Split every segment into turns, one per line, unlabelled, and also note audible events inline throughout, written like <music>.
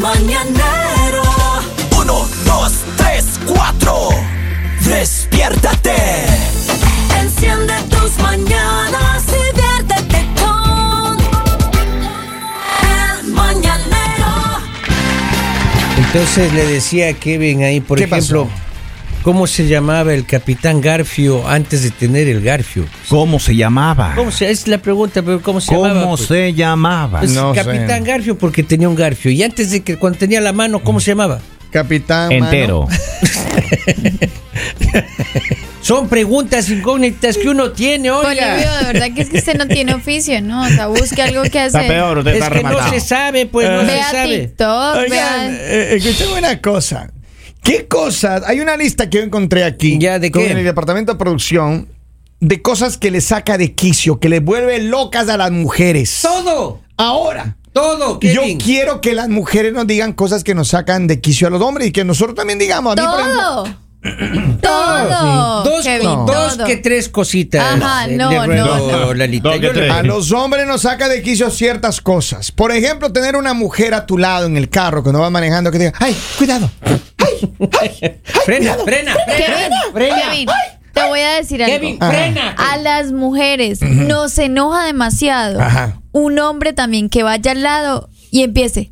mañanero. Uno, dos, tres, cuatro. Despiértate. Enciende tus mañanas y viértete con el mañanero.
Entonces le decía a Kevin ahí, por
¿Qué
ejemplo,
pasó?
¿cómo se llamaba el capitán Garfio antes de tener el Garfio?
¿Cómo se llamaba?
¿Cómo se, es la pregunta, pero ¿cómo se llamaba?
¿Cómo
pues?
se llamaba?
Pues,
No sé.
capitán Garfio porque tenía un Garfio. Y antes de que cuando tenía la mano, ¿cómo se llamaba?
Capitán. mano.
Entero.
Son preguntas incógnitas que uno tiene,
Polivio,
oiga.
de verdad que es que usted no tiene oficio, ¿no? O sea, busque algo que hacer.
Está peor, usted
Es
está
que no
rematado.
se sabe, pues no se
Vea
sabe.
TikTok,
Oigan,
vea.
eh, escuchame una cosa. ¿Qué cosas? Hay una lista que yo encontré aquí.
¿Ya, de
con-
qué?
En el departamento de producción. De cosas que le saca de quicio, que le vuelve locas a las mujeres.
Todo,
Ahora.
todo,
Yo
Kevin.
quiero que las mujeres nos digan cosas que nos sacan de quicio a los hombres y que nosotros también digamos. A mí, por ejemplo,
Todo. Todo.
Dos,
Oh, Kevin,
dos
todo.
que tres cositas.
Ajá,
eh,
no,
le ruego,
no, no.
Lalita.
Dos que
Yo le-
tres.
a los hombres nos saca de quicio ciertas cosas. Por ejemplo, tener una mujer a tu lado en el carro cuando vas manejando que diga, ay, cuidado.
<laughs> Frena, frena,
Kevin,
frena, frena.
Kevin, te voy a decir algo.
Kevin,
Ajá.
frena.
A las mujeres nos enoja demasiado
Ajá.
un hombre también que vaya al lado y empiece.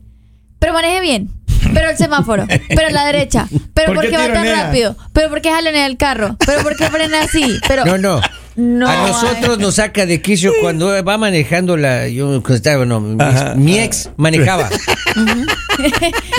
Pero maneje bien. Pero el semáforo, pero a la derecha, pero
¿Por
¿por
qué
qué va tan
tironea?
rápido, pero por qué jalonea el carro, pero por qué frena así, pero
No, no.
No,
a nosotros
ay.
nos saca de quicio cuando va manejando la. Yo cuando estaba, no, mi, ex- mi ex
<laughs>
manejaba.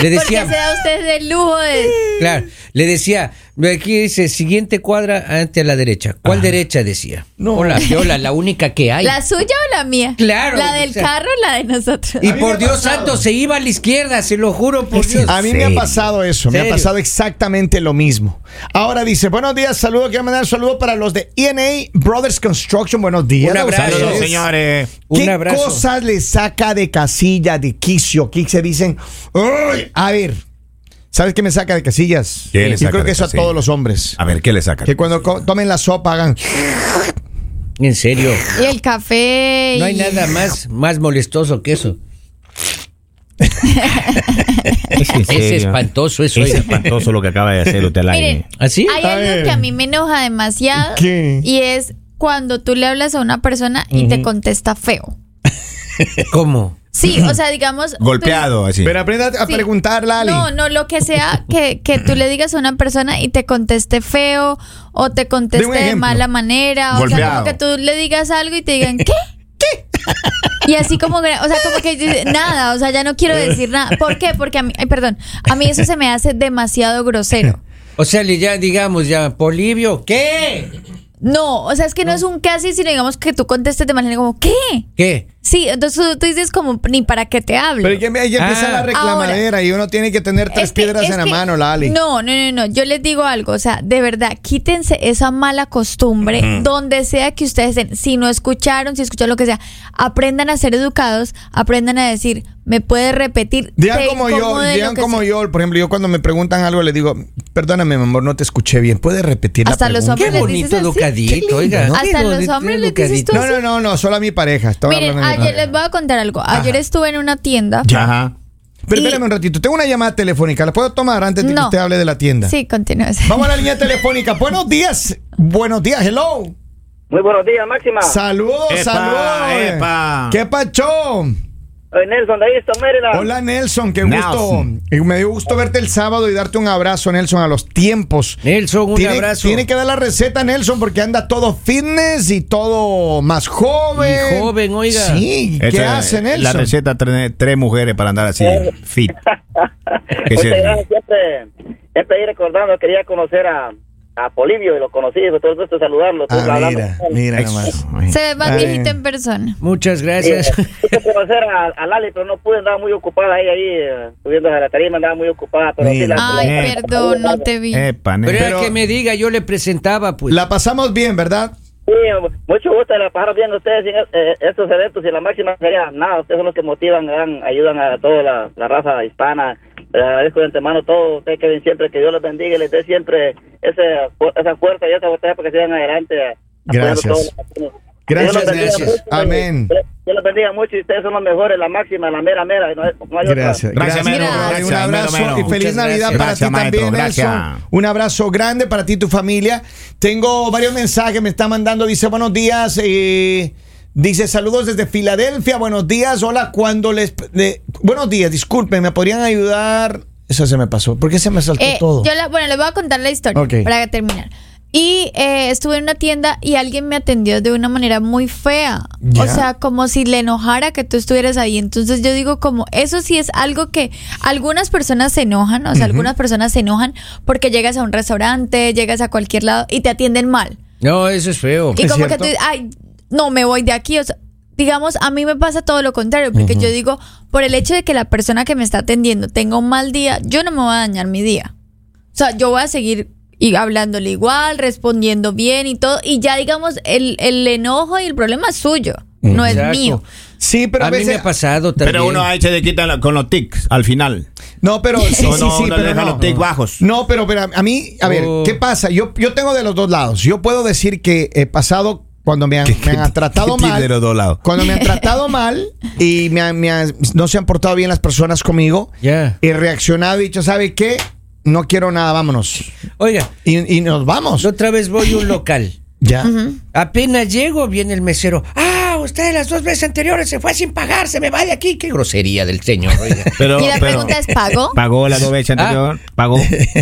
Le decía,
Porque se da usted el lujo de.
claro, le decía, aquí dice, siguiente cuadra ante la derecha. ¿Cuál derecha decía?
No.
O la viola, la única que hay.
¿La suya o la mía?
Claro,
La
o
del
sea-
carro o la de nosotros.
Y
mí me
por
ha
Dios
pasado.
santo, se iba a la izquierda, se lo juro por Dios.
A mí me ha pasado eso, me ha
¿Serio?
pasado exactamente lo mismo. Ahora dice, buenos días, saludos, quiero mandar un saludo para los de ENA Brothers Construction, buenos días.
Un abrazo.
a
Saludos,
ustedes.
señores.
Un
¿Qué
abrazo.
cosas le saca de casilla, de quicio? Que se dicen, "Ay, a ver, ¿sabes qué me saca de casillas?
¿Qué le
Yo
saca
creo que
de
eso
casilla?
a todos los hombres.
A ver, ¿qué le sacan?
Que cuando co- tomen la sopa hagan,
En serio.
Y el café.
No hay
y-
nada más, más molestoso que eso.
Es, en
Es
serio. ¿eh?
espantoso eso. ¿eh? ¿Ah,
Es
oiga.
espantoso lo que acaba de hacer usted al
Miren,
aire.
¿Así?
Hay
A
algo
ver.
que a mí me enoja demasiado.
¿Qué?
Y es cuando tú le hablas a una persona y te contesta feo.
¿Cómo?
Sí, o sea, digamos.
Golpeado, así.
pero aprenda a
Sí.
preguntar, Lali.
No, no, lo que sea que, que tú le digas a una persona y te conteste feo o te
Deme un
conteste de
ejemplo.
mala manera. O
Golpeado.
sea, como que tú le digas algo y te digan, ¿qué? ¿Qué? Y así como, que- o sea, como que dice, nada, o sea, ya no quiero decir nada. ¿Por qué? Porque a mí, ay, perdón, a mí eso se me hace demasiado grosero.
O sea, le ya digamos, ya, Polivio, ¿qué?
No, o sea, es que no, es un casi, sino digamos que tú contestes de manera como, ¿qué?
¿Qué?
Sí, entonces tú, tú dices como, ni para qué te hablo.
Pero hay que, hay que empezar
Ah.
la reclamadera y uno tiene que tener tres
Es que-
piedras
es
en la
que-
mano, Lali.
No, no, no, no. Yo les digo algo, o sea, de verdad, quítense esa mala costumbre, donde sea que ustedes estén. Si no escucharon, si escucharon lo que sea, aprendan a ser educados, aprendan a decir, me puede repetir.
Digan
te
como yo,
incomode lo
digan
que
como
sea.
yo, por ejemplo, yo cuando me preguntan algo le digo, perdóname, mi amor, no te escuché bien, ¿puedes repetir la
Hasta los
pregunta?"
Qué
¿Les dices
bonito
así?
educadito,
Qué lindo,
oiga.
¿no?
Qué
Hasta los
bonito,
hombres les dices
educadito.
No,
tú
no, no, no, solo a mi pareja. Estoy
Miren,
hablando de mi
ayer
pareja.
les voy a contar algo. Ayer estuve en una tienda.
Ajá.
Pero
y-
espérame un ratito, tengo una llamada telefónica, ¿la puedo tomar antes de que
No.
usted hable de la tienda?
Sí, continúa.
Vamos a la línea telefónica. Buenos días. Buenos días, hello.
Muy buenos días, Máxima.
Saludos,
Epa,
saludos.
epa.
¿Qué pacho?
Soy Eh, Nelson de Houston, Maryland.
Hola Nelson, qué
Nelson.
gusto. Y Me dio gusto verte el sábado y darte un abrazo, Nelson, a los tiempos.
Nelson, un
tiene,
abrazo.
tiene que dar la receta, Nelson, porque anda todo fitness y todo más joven.
Y joven, oiga.
Sí, ¿qué
Esta-
hace
La
Nelson?
receta, tres, tres mujeres para andar así, fit. Que
<laughs> Muchas
se-
gracias, siempre, siempre ahí recordando, quería conocer a, a Polivio y lo conocí, fue todo el gusto de saludarlo. estuve
Ah,
hablando
mira,
con él.
mira nomás.
eh.
Se ve más
Ay.
viejito en persona.
Muchas
Eh,
gracias.
Quise conocer a, a Lali, pero no pude, andaba muy ocupada ella ahí, eh, subiendo a la tarima, andaba muy ocupada. Pero sí,
Mira.
la,
Ay,
Eh.
perdón, no te
Eh.
vi.
Epa,
<laughs> Pero,
nena.
era que me diga, yo le presentaba, pues.
La pasamos bien, ¿verdad?
sí, mucho gusto de la pasaron bien ustedes en eh, estos eventos y la máxima sería nada, ustedes son los que motivan, dan- ayudan a toda la, la raza hispana. Les agradezco de antemano todo, ustedes que ven siempre, que Dios los bendiga y les dé siempre ese, fu- esa fuerza y esa botella para que sigan adelante. eh, apoyando
Gracias.
todo lo que hacemos.
Gracias,
Que Dios los bendiga
gracias.
mucho y-
Amén.
y Dios los bendiga mucho y ustedes son los mejores, la máxima, la mera, mera. y No hay, no hay otra.
Gracias.
Gracias,
Mero,
Manuel. Un
gracias,
abrazo
Mero, Mero.
y feliz
Muchas
Navidad
gracias.
para
Gracias,
ti
maestro,
también, Nelson.
gracias.
Un abrazo grande para ti y tu familia. Tengo varios mensajes, me está mandando, dice buenos días. eh, dice saludos desde Filadelfia, buenos días. Hola, cuando les. de- buenos días, disculpen, ¿me podrían ayudar? Esa se me pasó. ¿Por qué se me saltó
Eh,
todo?
Yo la- bueno, les voy a contar la historia
Ok.
para terminar. Y eh, estuve en una tienda y alguien me atendió de una manera muy fea.
Ya.
O sea, como si le enojara que tú estuvieras ahí. Entonces yo digo como, eso sí es algo que algunas personas se enojan, o sea, algunas personas se enojan porque llegas a un restaurante, llegas a cualquier lado y te atienden mal.
No, eso es feo.
Y
Es
como que
cierto.
tú dices, ay, no me voy de aquí. O sea, digamos, a mí me pasa todo lo contrario, porque yo digo, por el hecho de que la persona que me está atendiendo tenga un mal día, yo no me voy a dañar mi día. O sea, yo voy a seguir y hablándole igual, respondiendo bien y todo. Y ya, digamos, el, el enojo y el problema es suyo,
Mm.
no es
Exacto.
mío.
sí, pero a
a mí
veces.
me ha pasado también.
Pero uno ahí se le quita la- con los tics al final.
No,
<laughs>
pero sí,
No,
sí,
no,
sí,
uno
pero
deja
no.
los tics bajos.
No, pero, pero a mí, a ver,
Oh.
¿qué pasa? Yo, yo tengo de los dos lados. Yo puedo decir que he pasado cuando me han, me han
qué-
tratado
<laughs> qué
mal.
tiene de los dos lados?
Cuando me han tratado mal y me han- me han- no se han portado bien las personas conmigo.
Ya.
He reaccionado y dicho, ¿sabe qué? No quiero nada, vámonos.
Oiga,
Y, y nos vamos.
otra vez voy a un local.
Ya.
Apenas llego, viene el mesero. Ah, usted las dos veces anteriores se fue sin pagar, se me va de aquí. Qué grosería del señor. oiga.
Pero,
y la
pero-
pregunta es,
<laughs>
¿pago?
Pagó la dos veces
Ah.
anterior. Pagó.
<laughs>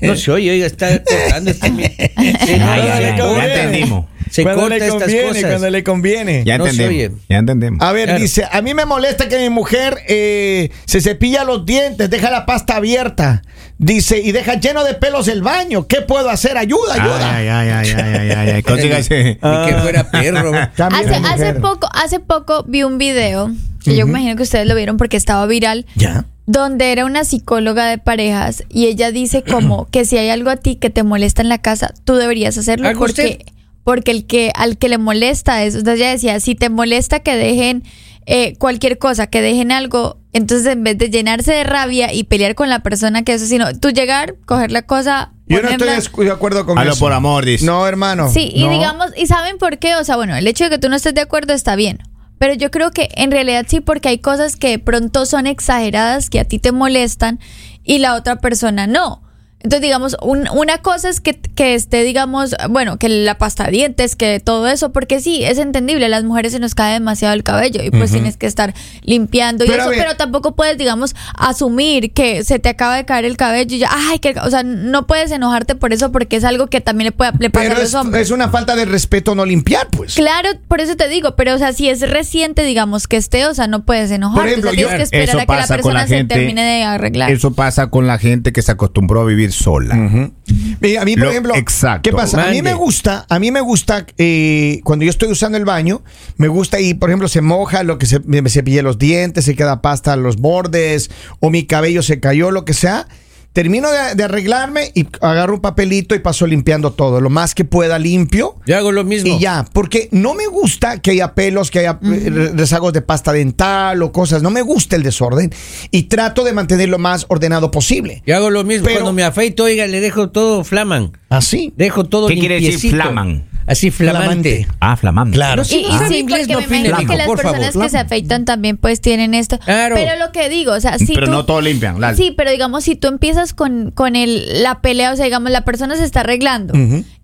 No se oye, oiga, está cortando este. <laughs> mi-
Ay,
Señor,
ay,
se
ay,
corta.
ya entendimos.
Se corta estas cosas.
le conviene.
Ya
No se
entendemos.
oye.
Ya entendemos.
A ver,
Claro.
dice, a mí me molesta que mi mujer eh, se cepilla los dientes, deja la pasta abierta, dice, y deja lleno de pelos el baño. ¿Qué puedo hacer? Ayuda, ayuda.
Ay, ay, ay, ay, ay, ay, ay. Consígase.
Ni que fuera perro.
Cambia
Hace,
de mujer.
hace poco, hace poco vi un video, que yo imagino que ustedes lo vieron porque estaba viral.
Ya.
donde era una psicóloga de parejas y ella dice
<clears throat>
como que si hay algo a ti que te molesta en la casa, tú deberías hacerlo
¿Algo usted?
porque porque el que al que le molesta es, entonces ella decía, si te molesta que dejen eh, cualquier cosa, que dejen algo, entonces en vez de llenarse de rabia y pelear con la persona que eso, sino tú llegar, coger la cosa,
Yo no estoy
ponerla-
de acuerdo con
Hazlo
eso.
por amor, dice.
No, hermano.
Sí, y
no.
digamos, ¿y saben por qué? O sea, bueno, el hecho de que tú no estés de acuerdo está bien. Pero yo creo que en realidad sí, porque hay cosas que de pronto son exageradas, que a ti te molestan y la otra persona no. Entonces, digamos, un- una cosa es que, que esté, digamos, bueno, que la pasta de dientes, que todo eso, porque sí, es entendible, a las mujeres se nos cae demasiado el cabello y pues tienes que estar limpiando y
Pero a
eso,
ver.
pero tampoco puedes, digamos, asumir que se te acaba de caer el cabello y ya, ay, que, o sea, no puedes enojarte por eso porque es algo que también le puede le pasa
Pero
a los
es,
hombres.
es una falta de respeto no limpiar, pues.
Claro, por eso te digo, pero o sea, si es reciente, digamos, que esté, o sea, no puedes enojarte,
Por ejemplo,
o sea, tienes
yo-
que esperar a que la persona se termine de arreglar.
Eso pasa con la gente que se acostumbró a vivir sola.
Y a mí, por
Lo-
ejemplo,
exacto.
¿qué pasa? A mí
Mande.
me gusta, a mí me gusta eh, cuando yo estoy usando el baño, me gusta y, por ejemplo, se moja lo que se, me me cepillé los dientes, se queda pasta a los bordes, o mi cabello se cayó, lo que sea. Termino de, de arreglarme y agarro un papelito y paso limpiando todo, lo más que pueda limpio.
Yo hago lo mismo.
Y ya, porque no me gusta que haya pelos, que haya eh, re- rezagos de pasta dental o cosas. No me gusta el desorden y trato de mantenerlo más ordenado posible.
Yo hago lo mismo.
Pero-
Cuando me afeito, oiga, le dejo todo flaman.
Así.
Dejo todo
¿Qué quiere decir
limpiecito.
flaman?
Así flamante.
Flamante.
Ah, flamante.
No,
Claro.
Y,
sí, no
y
sabe
sí,
inglés,
porque
no
me imagino
opine,
que las
por
personas
favor.
que se afeitan también pues tienen esto.
Claro.
Pero lo que digo, o sea, si
Pero
tú-
no todo limpian, Lali.
Sí, pero digamos, si tú empiezas con, con el, la pelea, o sea, digamos, la persona se está arreglando.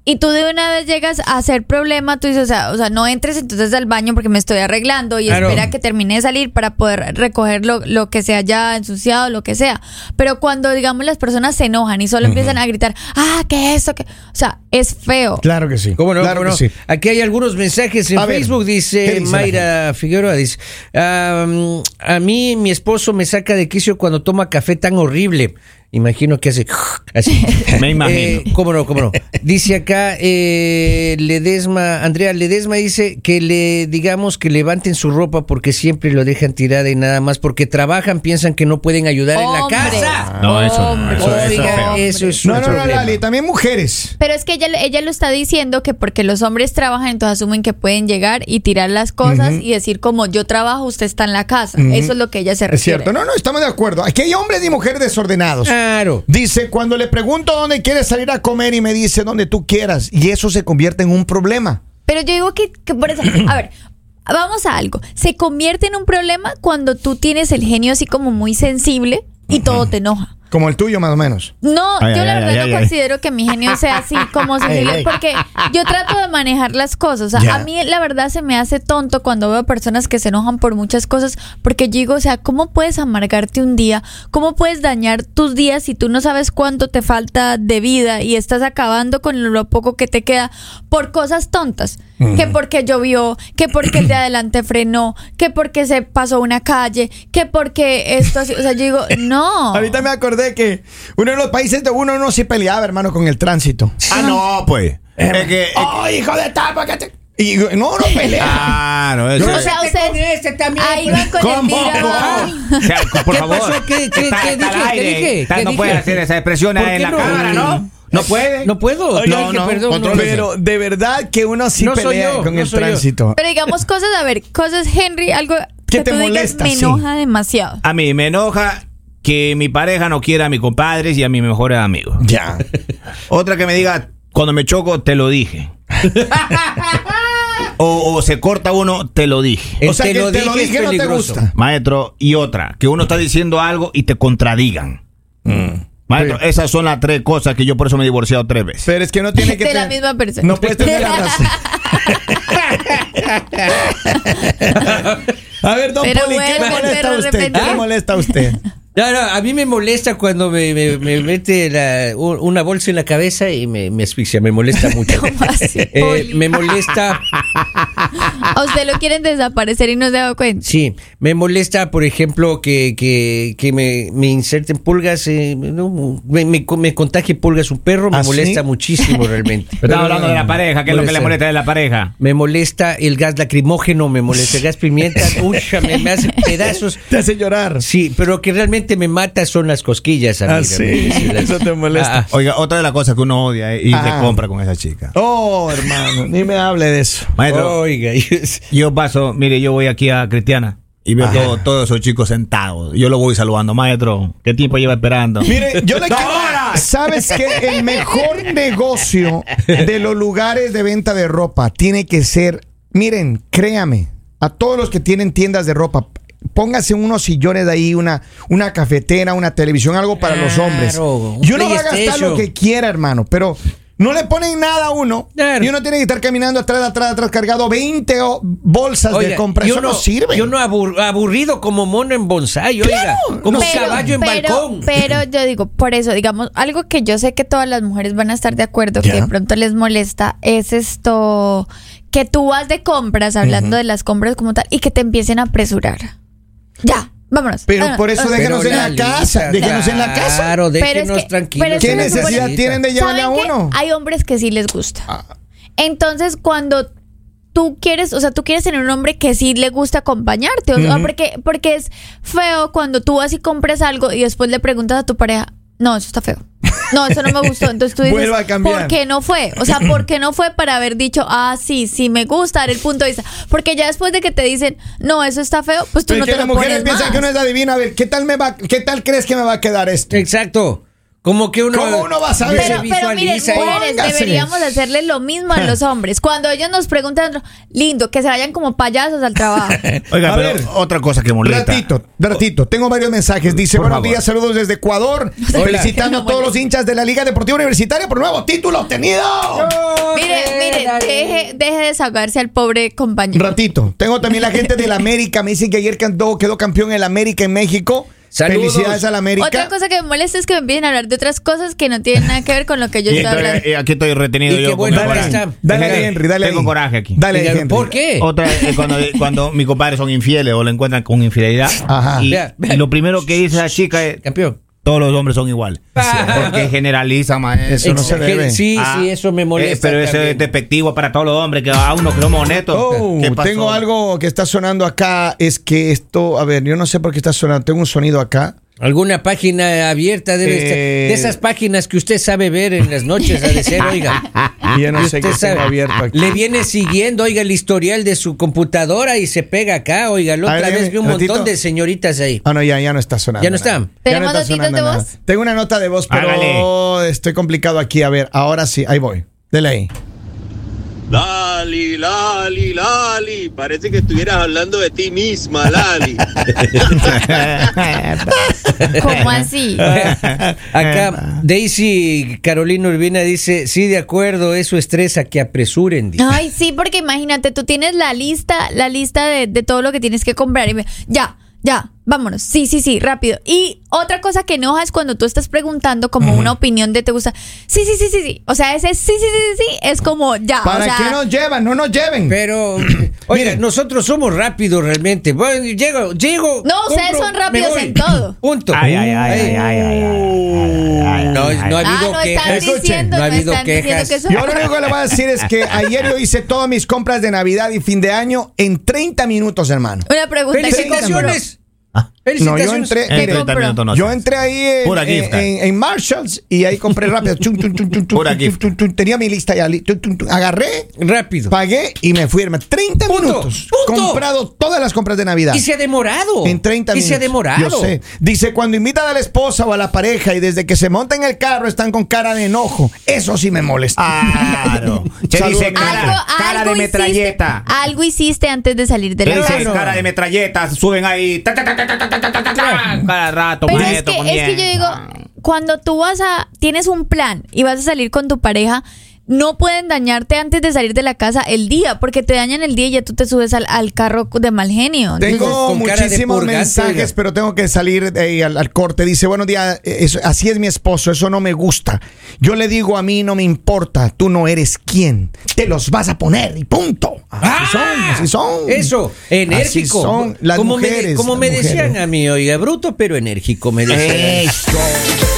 Y tú de una vez llegas a hacer problema, tú dices, o sea, o sea, no entres entonces al baño porque me estoy arreglando y
Claro.
espera que termine de salir para poder recoger lo, lo que se haya ensuciado, lo que sea. Pero cuando, digamos, las personas se enojan y solo empiezan a gritar, ah, ¿qué es eso? ¿Qué? O sea, es feo.
Claro que sí.
¿Cómo no?
Claro
cómo
que
no?
sí.
Aquí hay algunos mensajes en
A ver,
Facebook,
¿qué
dice,
dice la
Mayra Figueroa, dice, "Ah, mm, a mí mi esposo me saca de quicio cuando toma café tan horrible. Imagino que hace <laughs>
<laughs>
así.
Me imagino.
Eh, cómo no, cómo no. Dice acá eh, Ledesma, Andrea Ledesma dice que le digamos que levanten su ropa porque siempre lo dejan tirada y nada más porque trabajan, piensan que no pueden ayudar
Hombre,
en la casa.
No, eso no,
hombre,
eso- eso es
Oiga,
feo.
eso es
No,
un
no, no,
problema.
Lali, también mujeres.
Pero es que ella, ella lo está diciendo que porque los hombres trabajan, entonces asumen que pueden llegar y tirar las cosas y decir como yo trabajo, usted está en la casa. Eso es lo que ella se
Es
refiere.
cierto. No, no, estamos de acuerdo. Aquí hay hombres y mujeres desordenados.
Claro.
Dice, cuando le pregunto dónde quieres salir a comer y me dice donde tú quieras, y eso se convierte en un problema.
Pero yo digo que, que por eso, a ver, vamos a algo. Se convierte en un problema cuando tú tienes el genio así como muy sensible y todo te enoja.
Como el tuyo, más o menos.
No,
Ay,
yo
ay,
la
ay,
verdad
ay,
no
ay.
considero que mi genio
<laughs>
sea así como sensible,
ay.
porque yo trato de manejar las cosas. O sea,
Ya.
A mí la verdad se me hace tonto cuando veo personas que se enojan por muchas cosas, porque yo digo, o sea, ¿cómo puedes amargarte un día? ¿Cómo puedes dañar tus días si tú no sabes cuánto te falta de vida y estás acabando con lo poco que te queda por cosas tontas? Que porque llovió, que porque el de adelante frenó, que porque se pasó una calle, que porque esto así. O sea, yo
<laughs>
digo,
Oh.
no.
Ahorita me acordé que uno de los países de uno no se peleaba, hermano, con el tránsito.
Ah, no, pues. Es que. es-
¡Oh, hijo de tal! ¿por qué te- Y yo, no,
<laughs>
no pelea.
Ah, no, eso.
O sea, ustedes ahí van con el
¿Cómo?
tirabajo.
O sea, por
¿Qué
favor.
pasó? ¿Qué- qué-
Está-
qué
está
dije?
al
¿Qué
aire.
dije?
Está-
¿Qué
no
dije?
puede hacer esa expresión
¿Por
en
qué
la
no?
cámara, ¿no? No puede.
No puedo.
Oye,
Yo
no,
dije,
no,
perdón, no,
contrólese.
no.
Pero de verdad que uno sí
No soy
pelea
yo,
con
no
el
soy yo.
tránsito.
Pero digamos cosas, a ver, cosas, Henry, algo
¿Qué
que
te
tú
molesta?
digas
Sí.
me enoja demasiado. <laughs>
A mí me enoja que mi pareja no quiera a mis compadres y a mis mejores amigos.
Ya.
Otra que me diga, cuando me choco, te lo dije. o, o se corta uno, te lo dije.
El
o sea, que el te lo
es
dije no te
peligroso.
gusta.
Maestro, y otra, que uno está diciendo algo y te contradigan. Maestro,
Sí.
esas son las tres cosas que yo por eso me he divorciado tres veces.
Pero es que no
<laughs>
tiene que
De la
tener-
misma persona.
No puedes tener las dos. A ver, don
Pero
Poli, ¿qué le
vuelve,
molesta a
pero
usted? ¿Qué le
repetí.
molesta a
<laughs>
usted?
<laughs> No, no, a mí me molesta cuando me, me- me mete la- u- una bolsa en la cabeza y me, me asfixia, me molesta
<laughs>
mucho.
¿Cómo así,
Eh,
Poli?
me molesta,
A usted lo quieren desaparecer y no se da cuenta.
sí, me molesta, por ejemplo, que, que, que me, me inserten pulgas, eh, no, me, me, me contagie pulgas un perro, me
¿Ah, sí?
molesta muchísimo realmente.
<laughs> Pero Estamos hablando de
mm,
la pareja, que es lo que le
Molesta.
molesta de la pareja.
Me molesta el gas lacrimógeno, me molesta el gas
<laughs>
pimienta, uy, me, me hace pedazos.
Te hace llorar.
Sí, pero que realmente me mata son las cosquillas, amiga.
Ah, sí.
mire, las-
Eso te molesta.
Ah, ah.
Oiga, otra de las cosas que uno odia es ir de
Ajá.
compra con esa chica.
Oh, hermano, ni me hable de eso.
Maestro,
Ah, Oiga, yo-
Yo paso, mire, yo voy aquí a Cristiana y veo
Ajá.
todo- todos esos chicos sentados. Yo lo voy saludando, maestro. ¿Qué tiempo lleva esperando?
Mire, <laughs> yo le
¡Dos
quiero.
horas!
¿Sabes que El mejor negocio de los lugares de venta de ropa tiene que ser. Miren, créame, a todos los que tienen tiendas de ropa, pónganse unos sillones de ahí, una, una cafetera, una televisión, algo para los
Claro,
hombres.
un
Y uno va a gastar
PlayStation.
lo que quiera, hermano, pero. No le ponen nada a uno.
Claro.
Y uno tiene que estar caminando atrás, atrás, atrás, cargado 20 o- bolsas de
oiga,
compra.
yo
Eso no, sirve.
Yo no abur- aburrido como mono en bonsai, oiga. Como un caballo en
pero-
balcón.
Pero yo digo, por eso, digamos, algo que yo sé que todas las mujeres van a estar de acuerdo,
Ya.
que de pronto les molesta, es esto, que tú vas de compras, hablando de las compras como tal, y que te empiecen a apresurar. Ya, vámonos.
Pero
vámonos,
por eso
vámonos.
Pero
déjenos en la
Lalita,
casa. Déjenos en la casa.
Claro,
Pero es
déjenos
que-
tranquilos.
pero es
¿Qué
Eso no se
necesidad
puede.
tienen de llevarle a
¿Saben qué?
uno? Ah.
Hay hombres que sí les gusta. Entonces, cuando tú quieres, o sea, tú quieres tener un hombre que sí le gusta acompañarte, o sea, porque, porque es feo cuando tú vas y compras algo y después le preguntas a tu pareja, no, eso está feo. No, eso no me gustó.
<laughs>
Entonces tú dices,
Vuelva a cambiar.
¿por qué no fue? O sea, ¿por qué no fue para haber dicho, ah, sí, sí me gusta, dar el punto de vista? Porque ya después de que te dicen, no, eso está feo, pues tú
Pero
no
que
te
las
lo
mujeres
pones
piensan
más.
que uno es adivino. A ver, ¿qué tal, me va, ¿qué tal crees que me va a quedar esto?
Exacto. Como que uno.
¿Cómo uno va a saber?
Se
Pero, pero miren,
visualiza ahí.
mujeres,
Póngase.
deberíamos hacerle lo mismo a los hombres. Cuando ellos nos preguntan, lindo, que se vayan como payasos
<laughs>
al trabajo.
Oiga,
A
pero
ver.
otra cosa que molesta.
Ratito, ratito. Tengo varios mensajes. Dice,
Por
buenos
favor.
días, saludos
<laughs>
desde Ecuador. Felicitando a todos los hinchas de la Liga Deportiva Universitaria por nuevo título obtenido.
mire, mire, deje, deje de desahogarse al pobre compañero.
Ratito. Tengo también la gente del América. Me dicen que ayer quedó, quedó campeón el América en México.
Saludos.
Felicidades al América.
Otra cosa que me molesta es que me empiecen a hablar de otras cosas que no tienen nada que ver con lo que yo
Y
estoy
estoy-
hablando.
eh, aquí estoy retenido
Y
yo.
qué
con
bueno
mi
que
coraje.
está.
Dale,
Tengo-
ahí, Henry, dale.
Tengo
ahí.
coraje aquí.
Dale, ahí,
Diga,
Henry.
¿Por qué?
Otra es cuando, eh, cuando mis compadres son infieles o le encuentran con infidelidad.
Ajá.
Y,
Vea, vea.
y lo primero que dice la chica es:
Campeón.
todos los hombres son iguales.
Ah.
Porque generaliza, maestro.
Eso no se
Ex-
debe.
Sí,
Ah,
sí, eso me
eh,
molesta.
pero eso
también.
es despectivo para todos los hombres, que a uno que somos honestos.
Oh,
¿Qué pasó?
tengo
<laughs>
algo que está sonando acá. Es que esto, a ver, yo no sé por qué está sonando. Tengo un sonido acá.
Alguna página abierta debe estar.
Eh.
De esas páginas que usted sabe ver en las noches, ha de
<laughs>
ser, oiga.
Y yo no sé
Ah, Usted
qué tengo
sabe,
abierto aquí.
Le viene siguiendo, oiga, el historial de su computadora y se pega acá, oiga. La
A ver,
otra
dígame,
vez vi un
ratito.
montón de señoritas
<laughs>
ahí.
Ah, no, ya, ya no está sonando.
Ya no está.
nada.
¿Tenemos
está
notitas
sonando
de
nada.
voz?
Tengo una nota de voz, pero
Hágale.
Ah,
estoy complicado aquí. A ver, ahora sí, ahí voy. Dele ahí.
Lali, Lali, Lali, parece que estuvieras hablando de ti misma, Lali.
<laughs>
¿Cómo así?
Eh,
Acá Daisy Carolina Urbina dice, sí, de acuerdo, eso estresa, que apresuren. dice.
Ay, sí, porque imagínate, tú tienes la lista, la lista de, de todo lo que tienes que comprar. Y me- ya, ya, vámonos. Sí, sí, sí, rápido. Y otra cosa que enoja es cuando tú estás preguntando como una opinión de te gusta. Sí, sí, sí, sí, sí. O sea, ese sí, sí, sí, sí, sí, es como ya.
¿Para
o sea,
qué nos llevan? No nos lleven. <clears throat>
Pero, oye, nosotros somos rápidos realmente. Bueno, llego, llego.
No, ustedes son rápidos
me voy.
en todo.
Punto.
Ay, ay, ay, ay, ay, ay, ay, ay, ay,
No, no ha
Ah,
habido
no están
quejas.
diciendo,
no ha
no
habido
están diciendo
quejas.
que eso-
Yo lo único que le voy a decir es que ayer yo hice todas mis compras de Navidad y fin de año en 30 minutos, hermano.
Una pregunta que compró.
Felicitaciones.
Ah.
No, yo
Felicitaciones.
entré,
En
mire,
30 minutos no.
yo entré ahí en,
Pura gift
en-
¿eh?
card.
en- en Marshalls y ahí compré rápido. Chum, chum, chum, chum, chum,
Pura
chum,
gift.
chum, chum. Tenía mi lista ya. li- chum, chum, chum. Agarré,
Rápido.
pagué y me fui, hermano. 30
Punto,
minutos.
punto.
Comprado todas las compras de Navidad.
Y se ha demorado.
En 30
Y
minutos.
se ha demorado.
Yo sé. Dice, cuando invitan a la esposa o a la pareja y desde que se monta en el carro están con cara de enojo. Eso sí me molesta.
Ah,
<laughs>
Claro. Che
Saludos,
dice
mi
cara,
Algo,
cara
algo
de
hiciste-
metralleta.
Algo hiciste antes de salir de
Che
la
dice
casa.
cara de metralleta. Suben ahí. ta, ta, ta, ta, ta, ta, ta, ta, ta, ta, Cada rato, Ah.
Pero
con
es
esto,
que,
con
es que
bien.
yo digo, cuando tú vas a, tienes un plan y vas a salir con tu pareja, no pueden dañarte antes de salir de la casa el día, porque te dañan el día y ya tú te subes al, al carro de mal genio.
Ah, Tengo
con cara de
muchísimos
purgante,
mensajes,
oiga.
pero tengo que salir eh, al, al corte. Dice, buenos días, eh, eso- así es mi esposo, eso no me gusta. Yo le digo a mí, no me importa, tú no eres quien, te los vas a poner y punto. Así son, así son.
¡Ah! Eso,
Así
enérgico.
son las
como
mujeres,
me, como
las
me
mujeres.
decían a mí, oiga, bruto pero enérgico, me decían.
Eso.